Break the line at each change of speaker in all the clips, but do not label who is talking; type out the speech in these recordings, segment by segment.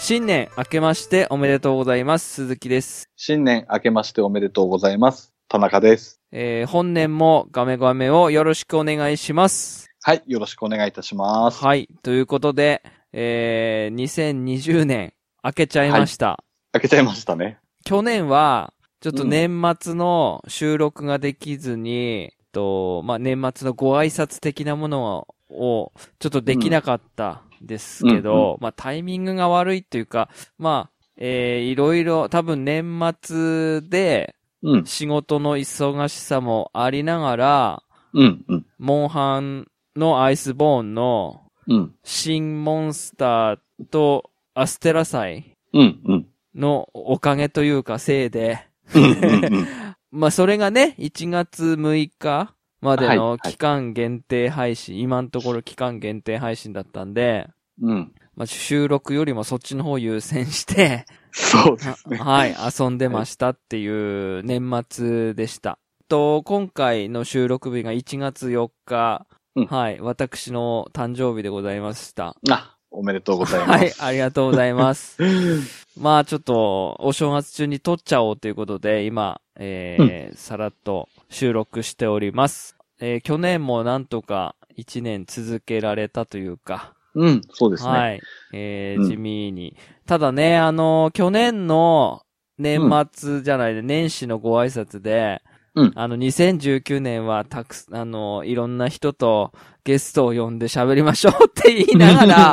新年明けましておめでとうございます。鈴木です。
新年明けましておめでとうございます。田中です。
えー、本年もガメガメをよろしくお願いします。
はい、よろしくお願いいたします。
はい。ということで、えー、2020年明けちゃいました。
明けちゃいましたね。
去年は、ちょっと
うん
年末の収録ができずに、えっと、まあ、年末のご挨拶的なものを、ちょっとできなかったですけど、
うん
まあ、タイミングが悪いというか、まあ、えーいろいろ、多分年末で
うん、
仕事の忙しさもありながら、
うん、うん、
モンハンのアイスボーンの
うん、
新モンスターとアステラ祭
うん、うん、
のおかげというかせいで、
うん、うん、
まあ、それがね、1月6日まで
は
の
いはい
期間限定配信、今のところ期間限定配信だったんで、
うん。
まあ、収録よりもそっちの方優先して、
そう ですね。
はい、遊んでましたっていう年末でした。と、今回の収録日が1月4日、
うん
はい、私の誕生日でございました。
あ、おめでとうございま
はい
す。、
ありがとうございます。 まあちょっと、お正月中に撮っちゃおうということで、今、えーさらっと収録しております。えー去年もなんとか1年続けられたというか、
うん、そうですね。
はい、えー
うん
地味に。ただね、あのー去年の年末じゃないで、年始のご挨拶で、
うん
あの、2019年はたくす、あのーいろんな人とゲストを呼んで喋りましょうって言いなが ら、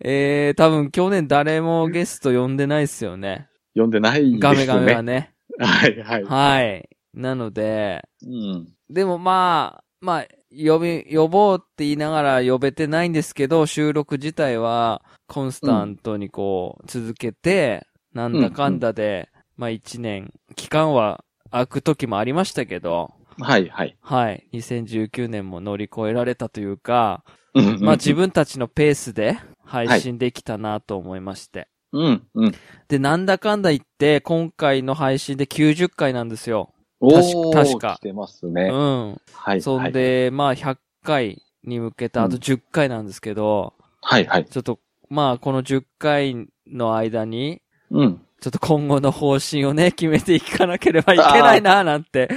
えー、多分去年誰もゲスト呼んでないですよね。
読んでないですね。
ガメガメはね。
はい、はい。
はい。なので、
うん、
でもまあ、まあ、呼び、呼ぼうって言いながら呼べてないんですけど、収録自体はコンスタントにこう続けて、なんだかんだで、まあ一年、期間は空く時もありましたけど、
はい、はい。
はい。2019年も乗り越えられたというか、
うん
まあ自。分たちのペースで配信できたなと思いまして。
うん、うん。
で、なんだかんだ言って、今回の配信で90回なんですよ。
おー
確か
来てます
う
ね。
ん。
はい。
そんで、まあ、100回に向けた、あと
うん
10回なんですけど、
はい。はい、はい。
ちょっと、まあ、この10回の間に、
うん。
ちょっと今後の方針をね、決めていかなければいけないな、なん て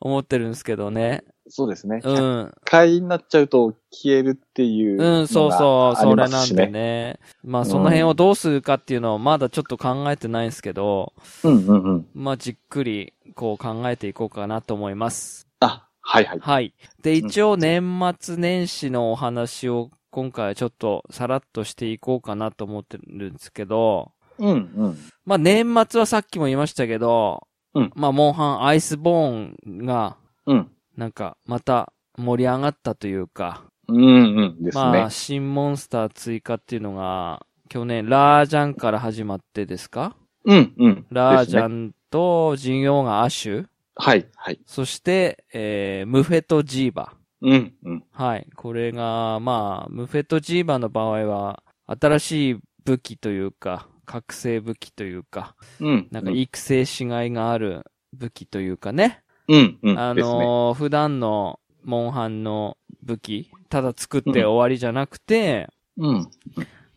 思ってるんですけどね。
そうですね。
う
100
ん。
回になっちゃうと消えるっていう。
うん、そうそう、それなんで
ね。
ね。まあ、その辺をどうするかっていうのをまだちょっと考えてないんですけど、
うん、うん、うん。
まあ、じっくり、こう考えていこうかなと思います。
あ、はいはい。
はい。で、
ん
一応年末年始のお話を今回はちょっとさらっとしていこうかなと思ってるんですけど、
うんうん。
まあ年末はさっきも言いましたけど、
うん
まあモンハンアイスボーンが
うん。
なんかまた盛り上がったというか、
うんうんですね。
まあ新モンスター追加っていうのが去年ラージャンから始まってですか
うんうん。
ラージャ
ン。
ンとジンオウがアシュ、
はいはい。
そして、えー、ムフェとジーバ。
うんうん。
はい。これが、まあ、ムフェットジーバの場合は、新しい武器というか、覚醒武器というか、
うん。
なんか育成しがいがある武器というかね。
うんうん。
あ
ですね
のー普段のモンハンの武器、ただ作って終わりじゃなくて、
うん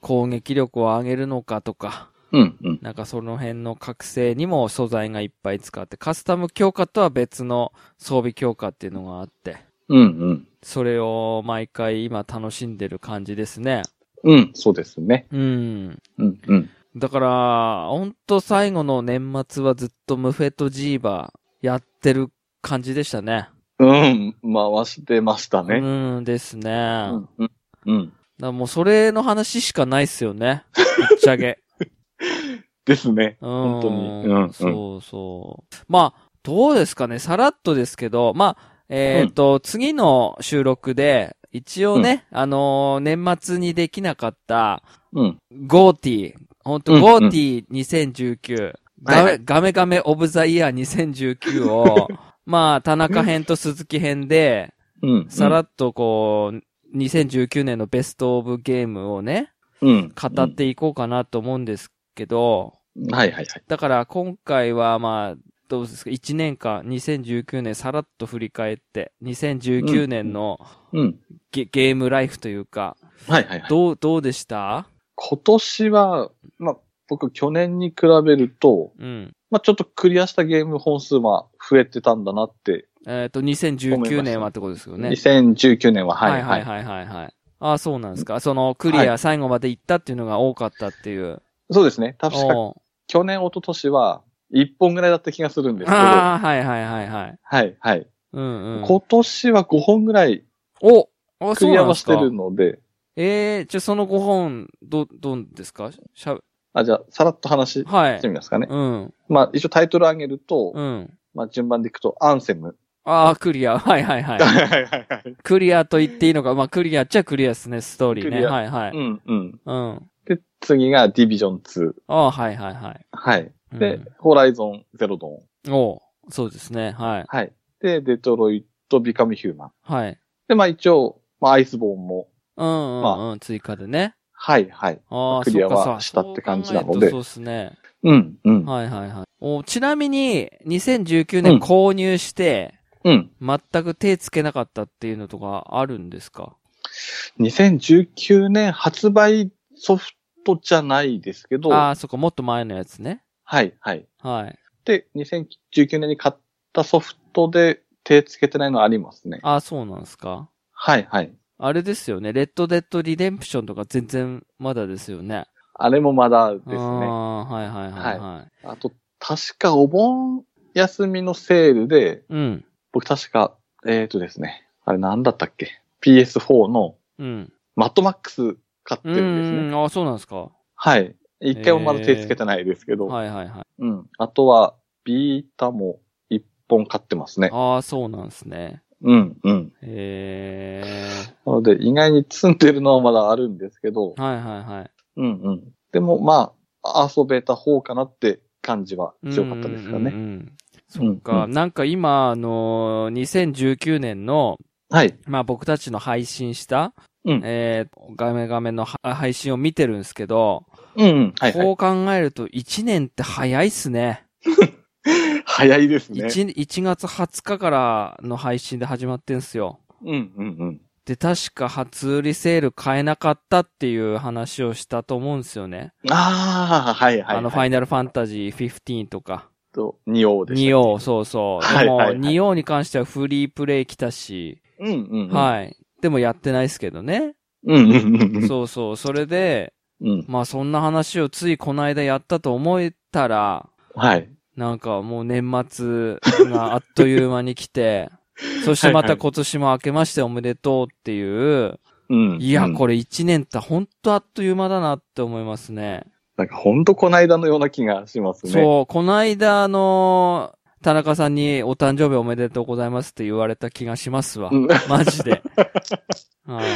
攻撃力を上げるのかとか、
うんうん。
なんかその辺の覚醒にも素材がいっぱい使って、カスタム強化とは別の装備強化っていうのがあって、
うんうん。
それを毎回今楽しんでる感じですね。
うん、そうですね。
うん。
うんうん。
だから、ほんと最後の年末はずっとムフェとジーバーやってる感じでしたね。
うん、回してましたね。
うんですね。
う
だか
んうんうん。
らもうそれの話しかないっすよね。ぶっちゃ け。
ですね。
うん。
本当にうんうん
そうそう。まあ、どうですかね。さらっとですけど、まあ、えっ、と、次の収録で、一応ね、あのー年末にできなかった、
うん。
ゴーティー。ほんと、
うん
ゴーティー2019。ガ
はいは
メ、ガメガメオブザイヤー2019を、 まあ、田中編と鈴木編で、
うん。
さらっとこう、2019年のベストオブゲームをね、
うん、
語っていこうかなと思うんですけど、
うん。はいはいはい。
だから今回はまあ、どうですか ?1 年間、2019年さらっと振り返って、2019年の
うん。
ゲ,、ゲームライフというか、
はいはいはい。
どう、どうでした
今年は、まあ、僕去年に比べると、
うん。
まあ、ちょっとクリアしたゲーム本数は増えてたんだなって、
えっ、と、
思いま
2019
し
年
た
はってことですよね。
2019年は、は、
はいい
は
はいい。はいはいはい。ああ、そうなんですか。その、クリ
は
ア最後まで行ったっていうのが多かったっていう。
そうですね。確か
おう
去年、一昨年は、1本ぐらいだった気がするんですけど、は
ああ、はいはいはいはい。
い、はい。
うんうん。
今年は5本ぐらい
おあ、
ク
そう
リ
な
ア
ん
は
で
し
す
て
か。
るので、
ええじゃあその5本、ど、どんですかしゃ、
あ、じゃあ、さらっと話し
は
て
い。
みますかね。
うん。
まあ、一応タイトル上げると、
うん。
まあ、順番でいくと、アンセム。
ああ、クリア。はいはい はい。
はいはいはいはい。
クリアと言っていいのか。まあ、クリアっちゃクリアですね、ストーリー
クリ
ね。
ア
はいは
う
い。
んうん。
うん。
で、次がディビジョン2。
ああ、はいはいはい。
はい。
うん
で、ホライゾンゼロドン。
おうそうですね。はい。
はい。で、デトロイト・ビカム・ヒューマン。
はい。
で、まあ一応、まあアイスボーンも、
うんうんうん、
ま
追加でね。
はいはい。
ああ、
クリアは
そっかそっか
したって感じなので
そう考えるとそうですね。
うんうん。
はいはいはい。おちなみに、2019年購入して、
うん。
全く手つけなかったっていうのとかあるんですか
2019年発売ソフトじゃないですけど、
あ
は
あ、そっか、もっと前のやつね。
いはい。
はい。
で、2019年に買ったソフトで手つけてないのありますね。
ああ、そうなんですか。
はいはい。
あれですよね。レッドデッドリデンプションとか全然まだですよね。
あれもまだです
あ
ね。
あ、はいはいはいはい。
あと、確かお盆休みのセールで、
うん。
僕確か、えーとですね、あれなんだったっけ ?PS4 の
うん。
マットマックス買って
う
るんですね。
ん。ああ、そうなんですか。
はい。一回もまだ手つけてないですけど、
はいはいはい。
うん。あとは、ビータも一本買ってますね。
ああ、そうなんですね。
うん、うん。
へえ。
なので、意外に積んでるのはまだあるんですけど、
はいはいはい。
うん、うん。でも、まあ、遊べた方かなって感じは強かったですか
うん
ね。
うんうん。そっ
うん
か、
う
なんか今、あのー、2019年の、
はい。
まあ僕たちの配信した、
うん
えー、ガメガメのは配信を見てるんですけど、
うん、うん。はい、は
こ
い。
う考えると1年って早いっすね。
早いですね。
1, 1月20日からの配信で始まってんすよ。
うん、うん、うん。
で、確か初売りセール買えなかったっていう話をしたと思うんですよね。
ああ、はいはい、はい。
あの、ファイナルファンタジー15とか。
と、2王でした。
ニオそうそう。でも、
はいはいはい
ニオに関してはフリープレイ来たし、
うんうんうん。
はい。でもやってないですけど ね。
うんうんうんうん。
そうそう。それで、
うん。
まあそんな話をついこの間やったと思えたら、
はい。
なんかもう年末があっという間に来 て、そしてまた今年も明けましておめでとうっていう、
うん。
いや、こ
れ。
れ一年ってほんとあっという間だなって思いますね。
なんかほんとこないだのような気がしますね。
そう、この間、あのー田中さんにお誕生日おめでとうございますって言われた気がしますわ。
ん
マジ で。は
は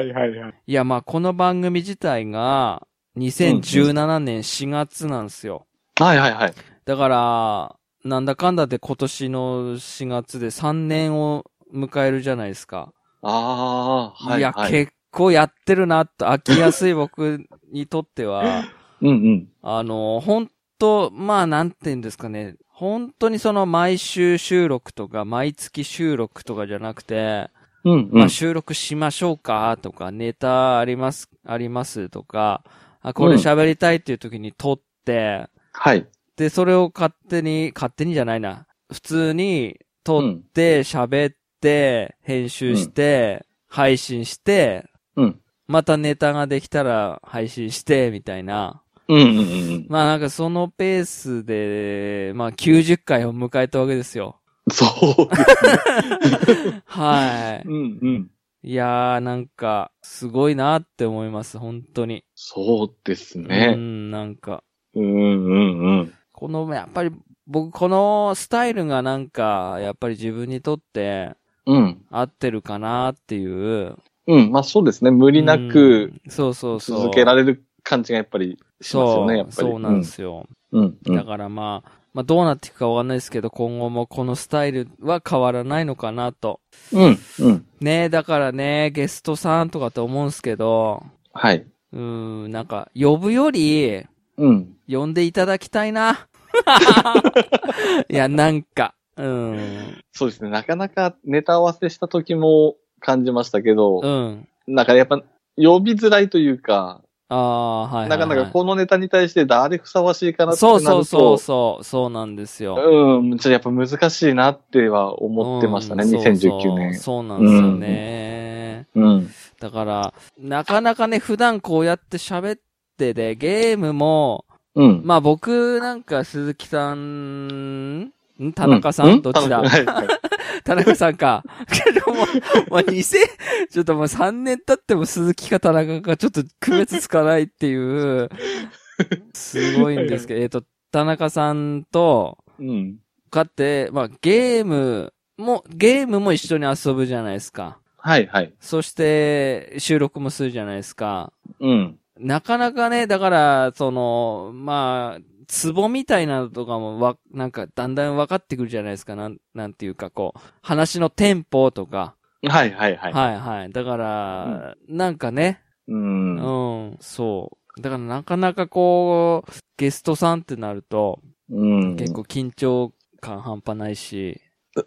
いはいはい。
い。いや、まあ、この番組自体が、2017年4月なんですよ。
はいはいはい。
だから、なんだかんだで今年の4月で3年を迎えるじゃないですか。
ああ、はい。
いや、
はい、
結構やってるな、と、飽きやすい僕にとっては、
うんうん。
あの、本当まあ、なんて言うんですかね。本当にその毎週収録とか、毎月収録とかじゃなくて、
うんう
ま
ん
あ、。収録しましょうかとか、ネタあります、ありますとか、あ、これ喋りたいっていう時に撮って、
はい。
で、それを勝手に、勝手にじゃないな。普通に撮って、喋って、編集して、配信して、
うん。
またネタができたら配信して、みたいな。
うんうんうん
まあなんかそのペースで、まあ90回を迎えたわけです よ。
うん。そうです。
は
うんうん。
い。いやーなんか、すごいなって思います、本当に。
そうです
う
ね。
ん、なんか。
うんうんうん。
この、やっぱり僕このスタイルがなんか、やっぱり自分にとって
うん。
合ってるかなっていう。
うん。まあそうですね。無理なく
うんそうそうそう。
続けら
れ
れる感じがやっぱりしますよね、やっぱり。
そうなんですよ。
うん。うん。
だからまあ、まあどうなっていくかわかんないですけど、今後もこのスタイルは変わらないのかなと。
うん。うん。
ねえ、だからね、ゲストさんとかと思うんすけど、
はい。
うーん、なんか、呼ぶより、
うん。
呼んでいただきたいな。 いや、なんか、うーん、
そうですね。なかなかネタ合わせした時も感じましたけど、
うん。
なんかやっぱ呼びづらいというか、
ああ、はいはい、はい。
なかなかこのネタに対して誰ふさわしいかなって
そ
なる
う
と。
そうそうそう、そうなんですよ。
うん、じゃあやっぱ難しいなっては思ってましたね、
うん
2019年。
そうそうそうなんですよね。
うん。
だから、なかなかね、普段こうやって喋ってで、ゲームも、
うん。
まあ僕なんか鈴木さん、ん田中さん、
う
どっちだ
田中はい
田中さん か。けども、まあ2000、ちょっともう3年経っても鈴木か田中かちょっと区別つかないっていう、すごいんですけど、えっ、と、田中さんと、
うん。
かって、まあゲームも、ゲームも一緒に遊ぶじゃないですか。
はいはい。
そして、収録もするじゃないですか。
うん。
なかなかね、だから、その、まあ、ツボみたいなのとかもわ、なんか、だんだん分かってくるじゃないですか。なん、なんていうか、こう、話のテンポとか。
はいはいはい。
はいはい。だから、なんかね、
う。
うんん、そう。だからなかなかこう、ゲストさんってなると、
うん。
結構緊張感半端ないし、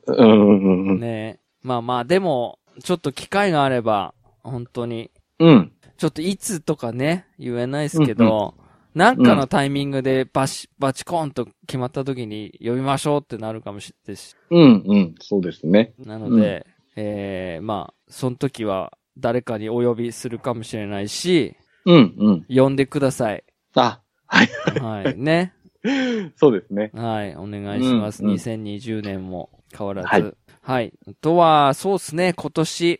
うんうんうん。
ね。まあまあ、でも、ちょっと機会があれば、本当に、
うん。
ちょっといつとかね、言えないですけど、なんかのタイミングでバシ、バチコーンと決まった時に呼びましょうってなるかもしれないし、
うんうん。そうですね。
なので、えー、まあ、その時は誰かにお呼びするかもしれないし、
うんうん。
呼んでくださ い。
あ、はい。
はい、ね。
そうですね。
はい、お願いします。
うんうん
2020年も変わらず。は
はいい。
あとは、そうですね、今年。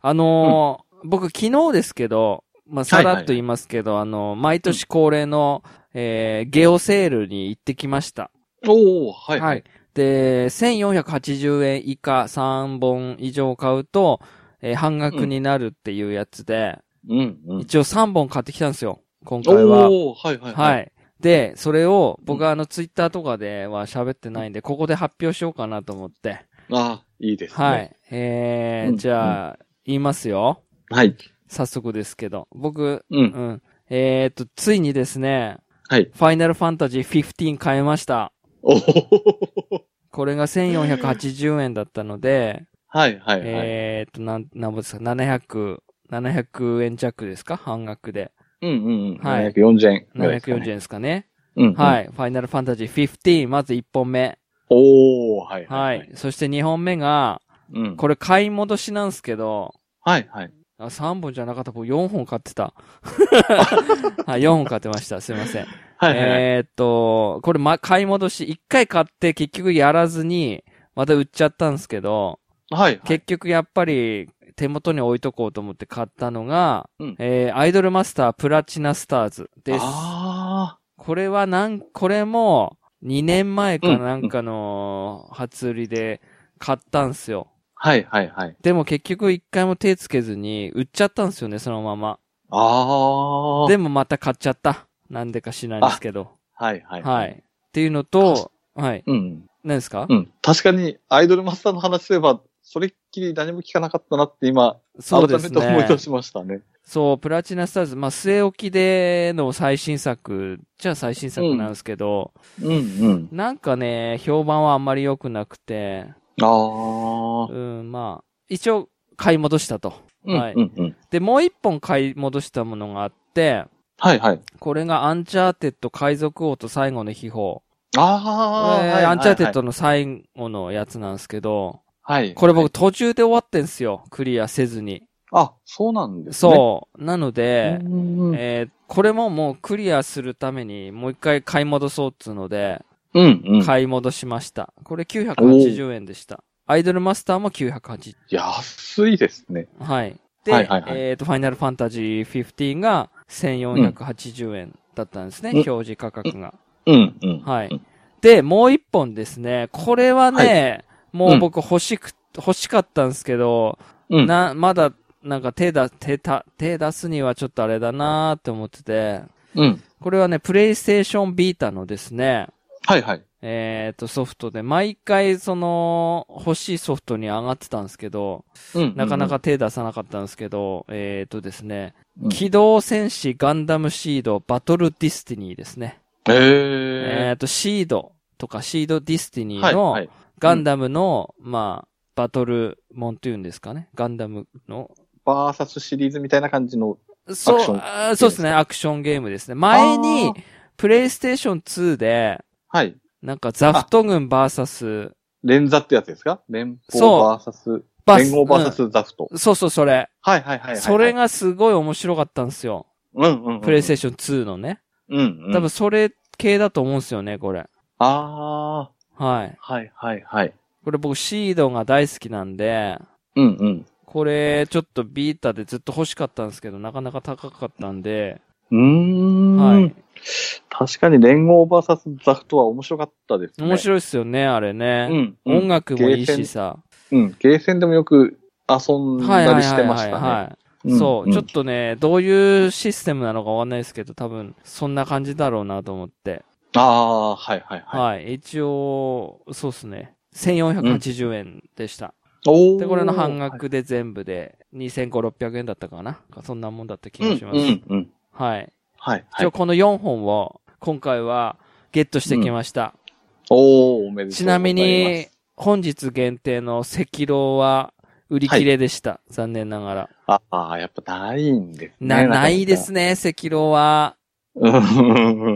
あのー僕昨日ですけど、まあ、さらっと言いますけど、あのー毎年恒例の、えーゲオセールに行ってきました。
おー、は。
はい
はい。
で、1480円以下3本以上買うと、えー半額になるっていうやつで、
うんうん。
一応3本買ってきたんですよ、今回は。
おー、はいはい。
はいい。で、それを僕はあのツイッターとかでは喋ってないんで、ここで発表しようかなと思って。
あ、いいですね。
は。い。え
う
ー、
ん
じゃあ、言いますよ。
はい。
早速ですけど。僕、
う。
うんん。えー、っと、ついにですね、
はい。
ファイナルファンタジー15買えました。
おー。
これが1480円だったので、
はいはいはい。
えー、っと、なん、なんぼですか、700、700円弱ですか半額で。
うんうんうん。
はい
740円ぐらいですかね。
740円ですかね。
うんうん。
はい。ファイナルファンタジー15、まず1本目。
おー、はい
は
はい
い。。そして2本目が、
うん。
これ買い戻しなんですけど、
はいはい。
あ3本じゃなかった、僕4本買ってた。 はい、4本買ってました。すいません。
はいはいはい。
えーっと、これ、ま、買い戻し、1回買って結局やらずに、また売っちゃったんですけど、
はいはい。
結局やっぱり手元に置いとこうと思って買ったのが、
うん
えー、アイドルマスタープラチナスターズです。
あ
これはなん、これも2年前かなんかの初売りで買ったんすよ。
あ。はいはいはい。
でも結局一回も手つけずに売っちゃったんですよね、そのまま。
ああ。
でもまた買っちゃった。なんでか知らないですけど。
はいはい。
はい。っていうのと、はい。
うん。
何ですか、
うん。確かに、アイドルマスターの話すれば、それっきり何も聞かなかったなって今、
そ
改
うで
め
す
て思い
ね。
出しましたね。
そう、プラチナスターズ、まあ、据え置きでの最新作、じゃあ最新作なんですけど、
うんうん。
なんかね、評判はあんまり良くなくて、
ああ。
うん、まあ、一応買い戻したと。
うん
はい
うんうん。
で、もう一本買い戻したものがあって、
はいはい。
これがアンチャーテッド海賊王と最後の秘宝。
ああ、
えー
はいはいはい
アンチャーテッ。ドの最後のやつなんですけど、
はい。
これ僕途中で終わってんすよ。クリアせずに。
あ、そうなんですね。
そう。なの
う
で、
んうん。
えーこれももうクリアするためにもう一回買い戻そうっつうので、
うんうん。
買い戻しました。これ980円でした。アイドルマスターも980。
安いですね。
はい。で、
はいはいはい
えっ、と、ファイナルファンタジー15が1480円だったんですね。
うん
表示価格が。
うんうん。
はい。で、もう一本ですね。これはね、もう僕欲しく、欲しかったんですけど、
うん。
な、まだ、なんか手だ、手た、手出すにはちょっとあれだなーって思ってて、
うん。
これはね、プレイステーションビータのですね、
はいはい。
えっ、と、ソフトで、毎回その、欲しいソフトに上がってたんですけど、
うんうん。
なかなか手出さなかったんですけど、えっ、とですね、
うん。
機動戦士ガンダムシードバトルディスティニーですね。
え
え
え
っ、と、シードとかシードディスティニ
は
ー
いは
の
い。
ガンダムの、まあ、バトルモンというんですかね。ガンダムの、
バーサスシリーズみたいな感じのアク
そ
ショ
う、
ン
あーそうですね、アクションゲームですね。前に
あー、
プレイステーション2で、
はい。
なんかザフト軍バーサス、
連座ってやつですか連
そう
邦バーサス、
バス
連合バーサスザフト。
うんそうそう、それ。
はいはいはいはいはい。
それ、がすごい面白かったんですよ。
うんうんうん。
プレイステー
シ
ション2のね。
ョン。うん、うん。
多分それ系だと思うんですよね、これ。
あ
はい。
あ、はいはいはい。
これ僕シードが大好きなんで、
うんうん。
これちょっとビータでずっと欲しかったんですけど、なかなか高かったんで、
うーん。
はい。
確かに連合バーサスザフトは面白かったですね。
面白いっすよね、あれ
う
ね。
ん。うん
音楽もいいしさ。
うん。ゲーセンでもよく遊ん
はい
だ
はい
りし
は
て
い
ま
は
し
い、
たね。
はい。そう、ちょっとね、どういうシステムなのかわかんないですけど、多分、そんな感じだろうなと思って。
と。ああー、はいはいはい。
はい。一応、そうっすね。1480円でした。
おー
で、これの半額で全部で、2500、600円だったかなそんなもんだった気
はい
がします。
うんうんうん。
はい。
はいは
一応
い。
この4本を、今回は、ゲットしてきました。
おー、おめでとうございます。
ちなみに、本日限定の赤狼は、売り切れでした。残念ながら。
ああ、やっぱないんですね。
な、ないですね、
ね。
赤狼は。
うんうん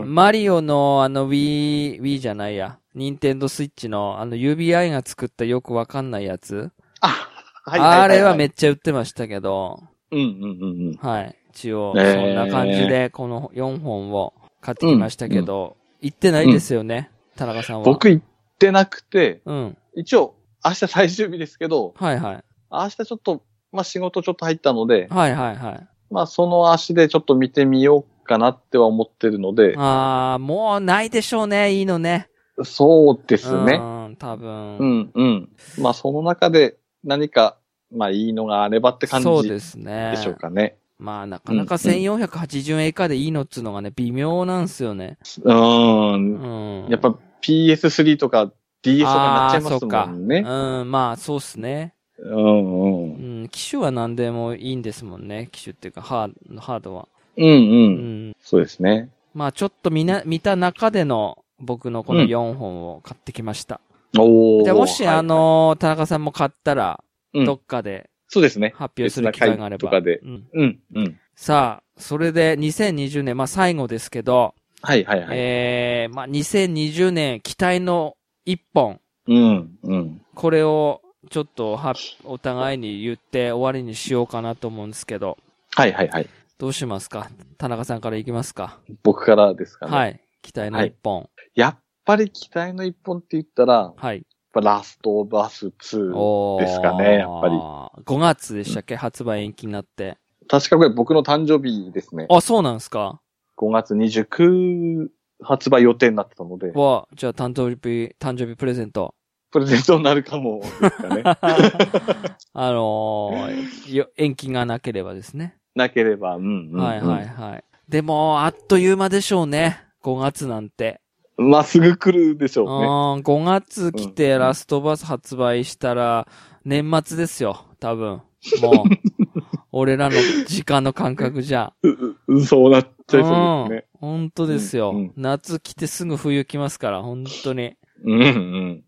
うん
マリオのあの Wii、Wii じゃないや。任天堂スイッチのあの UBI が作ったよくわかんないやつ。
あ、はいいいい
あれはめっちゃ売ってましたけど。
うんうんうんうん。
はい。一応、そ
ねえ
んな感じで、この4本を買ってきましたけど、行ってないですよね、田中さんは。
僕行ってなくて、
うん。
一応、明日最終日ですけど、
はいはい。
明日ちょっと、まあ仕事ちょっと入ったので、
はいはいはい。
まあその足でちょっと見てみようかなっては思ってるので、
あー、もうないでしょうね、いいのね。
そうです
う
ね。
ん、多分。
うんうん。まあその中で何か、まあいいのがあればって感じ
そうで
です
ね。
しょうかね。
まあ、なかなか
うん
1480円以下でいいのっつうのがね、微妙なんすよね。
うー。
うんん。
やっぱ PS3 とか DS とかになっちゃいますもんね。
うん、まあ、そうっすね。
うんう。
うんん、機種は何でもいいんですもんね。機種っていうか、ハード、ハードは。
うんう。
うんん。
そうですね。
まあちょっと見な、見た中での僕のこの
うん
4本を買ってきました。
おー
じゃあもし
はい
あのー田中さんも買ったら、
うん
どっかで
そうですね。
発表する機会があれば。
別な会とかで
うん
うん、うん。
さあ、それで2020年、まあ最後ですけど、
はいはいはい。
えー、まあ2020年期待の1本、
うん、うん。
これをちょっとは、お互いに言って終わりにしようかなと思うんですけど、
はいはいはい。
どうしますか田中さんからいきますか
僕からですかね。
はい。期待の1本。
やっぱり期待の一本って言ったら、やっ
はい。
ぱラストオブアス2。
お
ですかねやっぱり
5月でしたっけ発売延期になって。
確かこれ僕の誕生日ですね。
あ、そうなんですか
5月29発売予定になってたので、
わ、じゃあ誕生日、誕生日プレゼント。
プレゼントになるかもですかね。
あのーよ延期がなければですね。
なければ、うん、うん。
はいはい。はい。でも、あっという間でしょうね。5月なんて。
まあ、すぐ来るでし
う
ょうね。
ん、5月来て
うん
ラストバス発売したら、年末ですよ。多分。もう。 俺らの時間の感覚じゃ。
ううそうなっちゃいそうですね。
うん。本当ですよ。
うんうん
夏来てすぐ冬来ますから、本当に。
うん、うん。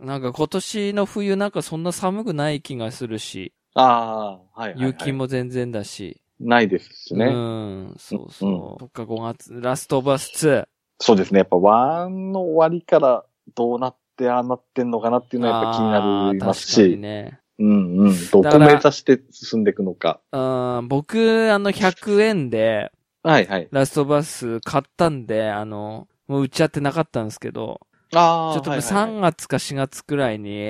うん。なんか今年の冬なんかそんな寒くない気がするし、
ああ、はいはい、はい。
雪も全然だし。
ないですしね。
うん。そうそう。そっか、5月、ラストバス2。
そうですね。やっぱワンの終わりからどうなってああなってんのかなっていうのはやっぱ気になります
あー確か
し。
にね。
うんうん。ど
だか
こ
ら
目指して進んでいくのか。
うん、僕、あの、100円で、
はいはい。
ラストバス買ったんで、あの、もう売っちゃってなかったんですけど、ち
あ
ょっ
あ。
ともう
はいはい
3
はい
月か4月くらいに、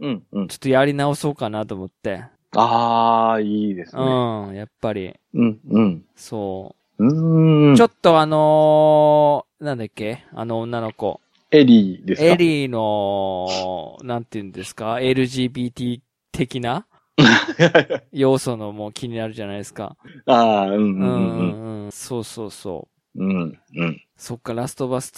うんうん
ちょ。っとやり直そうかなと思って。
ああ、いいですね。
うん、やっぱり。
うんうん。
そう
ーん。
う。ちょっとあのーなんだっけあの女の子。
エリーですか
エリーの、なんて言うんですか ?LGBT 的な要素のもう気になるじゃないですか。
ああ、うん
う
うんうん。
ん、うん、そうそうそう。
うんうん。
そっか、ラストバス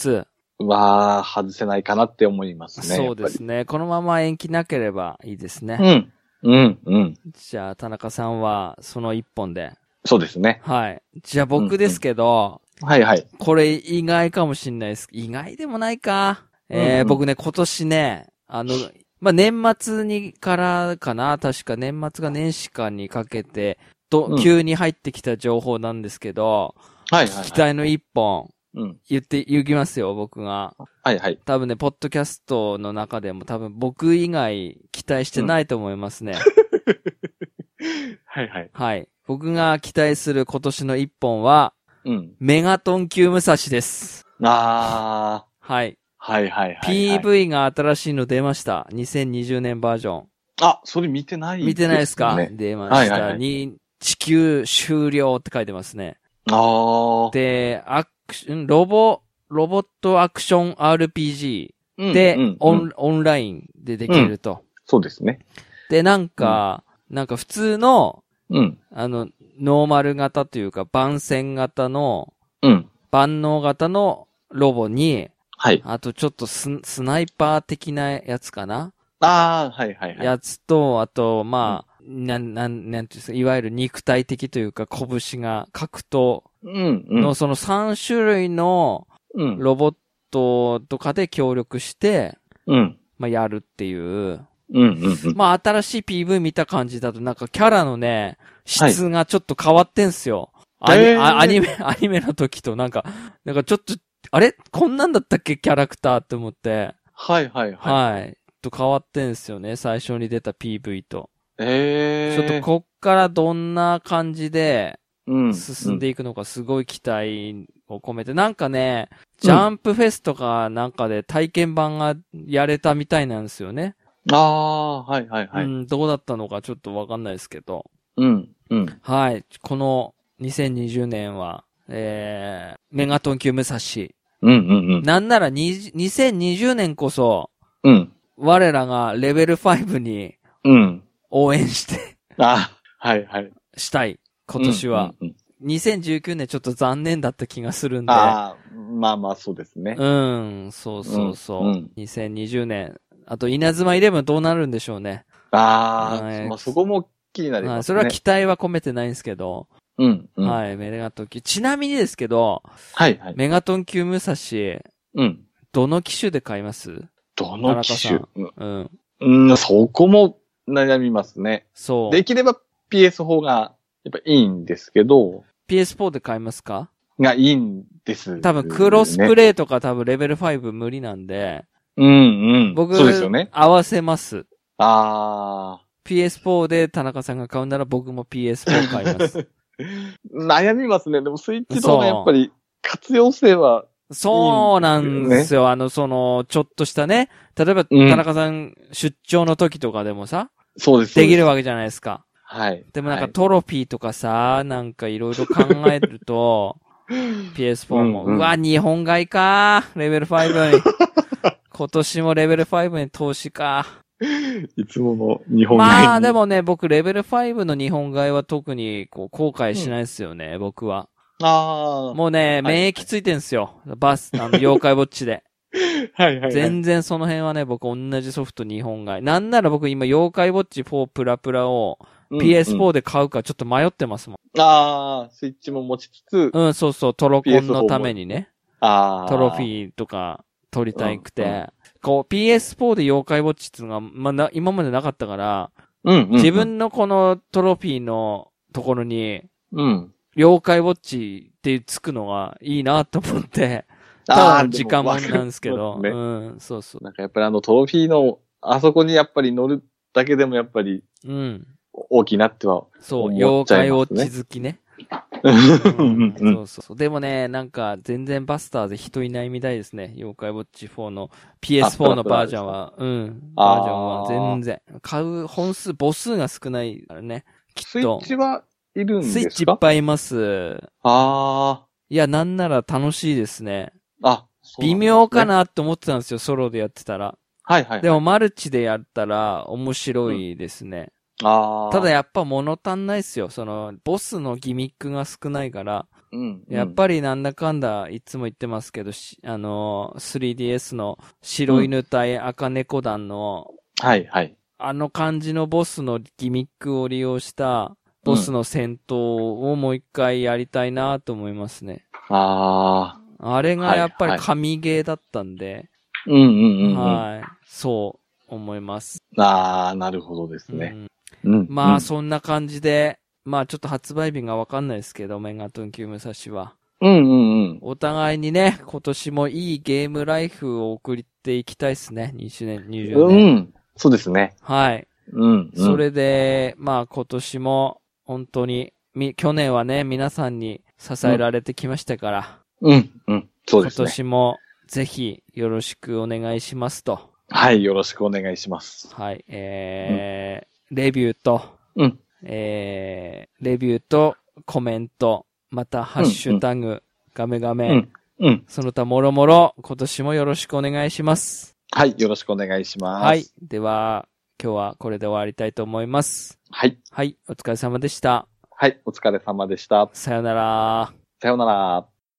2。
は、外せないかなって思いますね。
そうですね。このまま延期なければいいです
やっぱ
ね。
り。うん。うんうん。
じゃあ、田中さんは、その一本で。
そうですね。
はい。じゃあ、僕ですけど、
はいはい。
これ意外かもしんないです。意外でもないか。えー
うんうん
僕ね、今年ね、あの、まあ、年末にからかな、確か年末が年始かにかけて、ど、
うん
急に入ってきた情報なんですけど、
はいはい、
聞き
はい。
たいの一本、
うん。
言って、言いますよ、僕が。
はいはい。
多分ね、ポッドキャストの中でも多分僕以外期待してないと思いますね。
はいはい。
はい。僕が期待する今年の一本は、
うん。
メガトン級武蔵です。
あー。
はい。
はいはいはい、はい。
PV が新しいの出ました。2020年バージョン。
あ、それ見てない、
見てないですか
ね、
出まし
はいはいは
た。
い
に、地球終了って書いてますね。
あー。
で、アクション、ロボ、ロボットアクション RPG
うん
で、
うん
オ
うん
ン、オンラインでできると。
そうですね。
で、なんか、なんか普通の、
うん。
あの、ノーマル型というか、番線型の、
うん。
万能型のロボに、
はい。
あとちょっとススナイパー的なやつかな
あー、はいはいはい。
やつと、あと、まあ、なん、なん、なんていうんですか、いわゆる肉体的というか、拳が、格闘
うん、う
の
ん。
その3種類の
うん。
ロボットとかで協力して、
うん。
まあ、やるっていう。
うん、うん、うん。
まあ、新しい PV 見た感じだと、なんかキャラのね、質がちょっと変わってんすよ。
は
ア
い
ニ
えー
あアニメ、 アニメの時となんか、なんかちょっと、あれこんなんだったっけキャラクターって思って。
はいはいはい。
はい。と変わってんすよね。最初に出た PV と。
え
ちょっとこっからどんな感じで
うん
進んでいくのかすごい期待を込めて。なんかね、ジャンプフェスとかなんかで体験版がやれたみたいなんですよね。
ああー、はいはいは
う
い。
ん、どうだったのかちょっとわかんないですけど。
うん、うん。
はい。この2020年は、えー、メガトン級武蔵。
うん、うん、
なんなら20 2020年こそ、
うん。うん、
我らがレベル5に
うん。
応援して、
あはいはい。
したい。今年は。
うん。うんうん
2019年ちょっと残念だった気がするんで。
ああ、まあまあそうですね。
うん、そうそうそう。
うんうん
2020年。あと、稲妻イレブンどうなるんでしょうね。
あ
は
あ、
い
まあそこも気になり
は
ま
い、
す
そ
ね。
れは期待は込めてないんですけど。
うん、うん。はい
はい、メガトン級。ちなみにですけど、
はい。
メガトン級武蔵、
うん。
どの機種で買います
どの機種
田うん。
うん、そこも悩みますね。
そう。
できれば PS4 がやっぱいいんですけど、
PS4 で買いますか
がいいんです。
多分、クロスプ
レイ。
レイとか多分レベル5無理なんで、
うんうん。
僕、
そうですよね。
合わせます。
ああ。
PS4 で田中さんが買うなら僕も PS4 買います。
悩みますね。でもスイッチの方がやっぱり活用性は、
そうなんですよ。あの、その、ちょっとしたね。例えば、
うん
田中さん出張の時とかでもさ、
そうです。
できる
わ。
わけじゃないですか。
はい。
でもなんか
はい
トロフィーとかさ、なんかいろいろ考える と、PS4 も、
うんうん
うわ、日本買いかレベル5に。 今年もレベル5に投資か。
いつもの日本外に
まあで。もね、僕レベル5の日本買いは特にこう後悔しないですよね、僕は。
ああ。
もうね、免疫ついてんすよ。バス、あの、 妖怪ウォッチで。
はいはいはい。
全然その辺はね、僕同じソフト日本買い。なんなら僕今、妖怪ウォッチ4プラプラを
うんうん
PS4 で買うかちょっと迷ってますもん。
ああ、スイッチも持ちつつ、
うん、そうそう、トロコンのためにね、
ああ。
トロフ
ー。
ィーとか取りたいく
うんう
て。こう、PS4 で妖怪ウォッチっていうのが、まあな、今までなかったから、
うんうんうん。
自分のこのトロフィーのところに、
うん。
妖怪ウォッチってつくのがいいなと思って、た
あ
だ
あ
の時間もんなんですけ
でも
ど、
わかりますね
うん、そうそ
なんかやっぱりあのトロフィーの、あそこにやっぱり乗るだけでもやっぱり
う。うん。
大きいなっては。
そう、
思
妖
っちゃ
怪
い
ウォ
ますね
ッチ好きね。
うん
うん
うんう ん
そうそうそう。でもね、なんか全然バスターで人いないみたいですね。妖怪ウォッチ4の
あプ
PS4
ラ
の
プラ
バージ
ですか
ョンは。うん。
あー
バージョンは全然。買う本数、母数が少ないからね。き
ス
っ
イ
と
ッ。チはいるんですか
スイッチいっぱいいます。
あ
いや、なんなら楽しいですね。
あ。あ、そう
微
んですね
妙か。なって思ってたんですよ、ソロでやってたら。
はいはい。
でもマルチでやったら面白いですね。
ああ。
ただやっぱ物足んないっすよ。その、ボスのギミックが少ないから。
うん、
やっぱりなんだかんだ、いつも言ってますけど、しあのー、3DS の白犬対赤猫団の、
り。はいはい。
あの感じのボスのギミックを利用した、ボスの戦闘をもう一回やりたいなと思いますね。
ああ。
あれがやっぱ
は
り
いはい
神ゲーだったんで、
うんうんう
はい、
ん、うん。あ
そう思います。
あー、なるほどですね。
うん
うん。
ま
う
あ、
ん
そんな感じで、まあちょっと発売日がわかんないですけど、メガトン級武蔵は。
うんうんうん。
お互いにね、今年もいいゲームライフを送っていきたいですね。20年、20
う
年。
ん。そうですね。
はい。
うん、うん。
それで、まあ今年も本当に、み、去年はね、皆さんに支えられてきましたから、
うん、うん。そう
今
ですね。
年もぜひよろしくお願いしますと。
はい、よろしくお願いします。
はい、えーレビューと、
うん。
えーレビューとコメント、またハッシュタグ、ガメガ
う
メ、
ん。うん。
その他もろもろ、今年もよろしくお願いします。
はい、よろしくお願いします。
はい。。では、今日はこれで終わりたいと思います。
はい。
はい、お疲れ様でした。
はい、お疲れ様でした。
さよなら。
さようなら。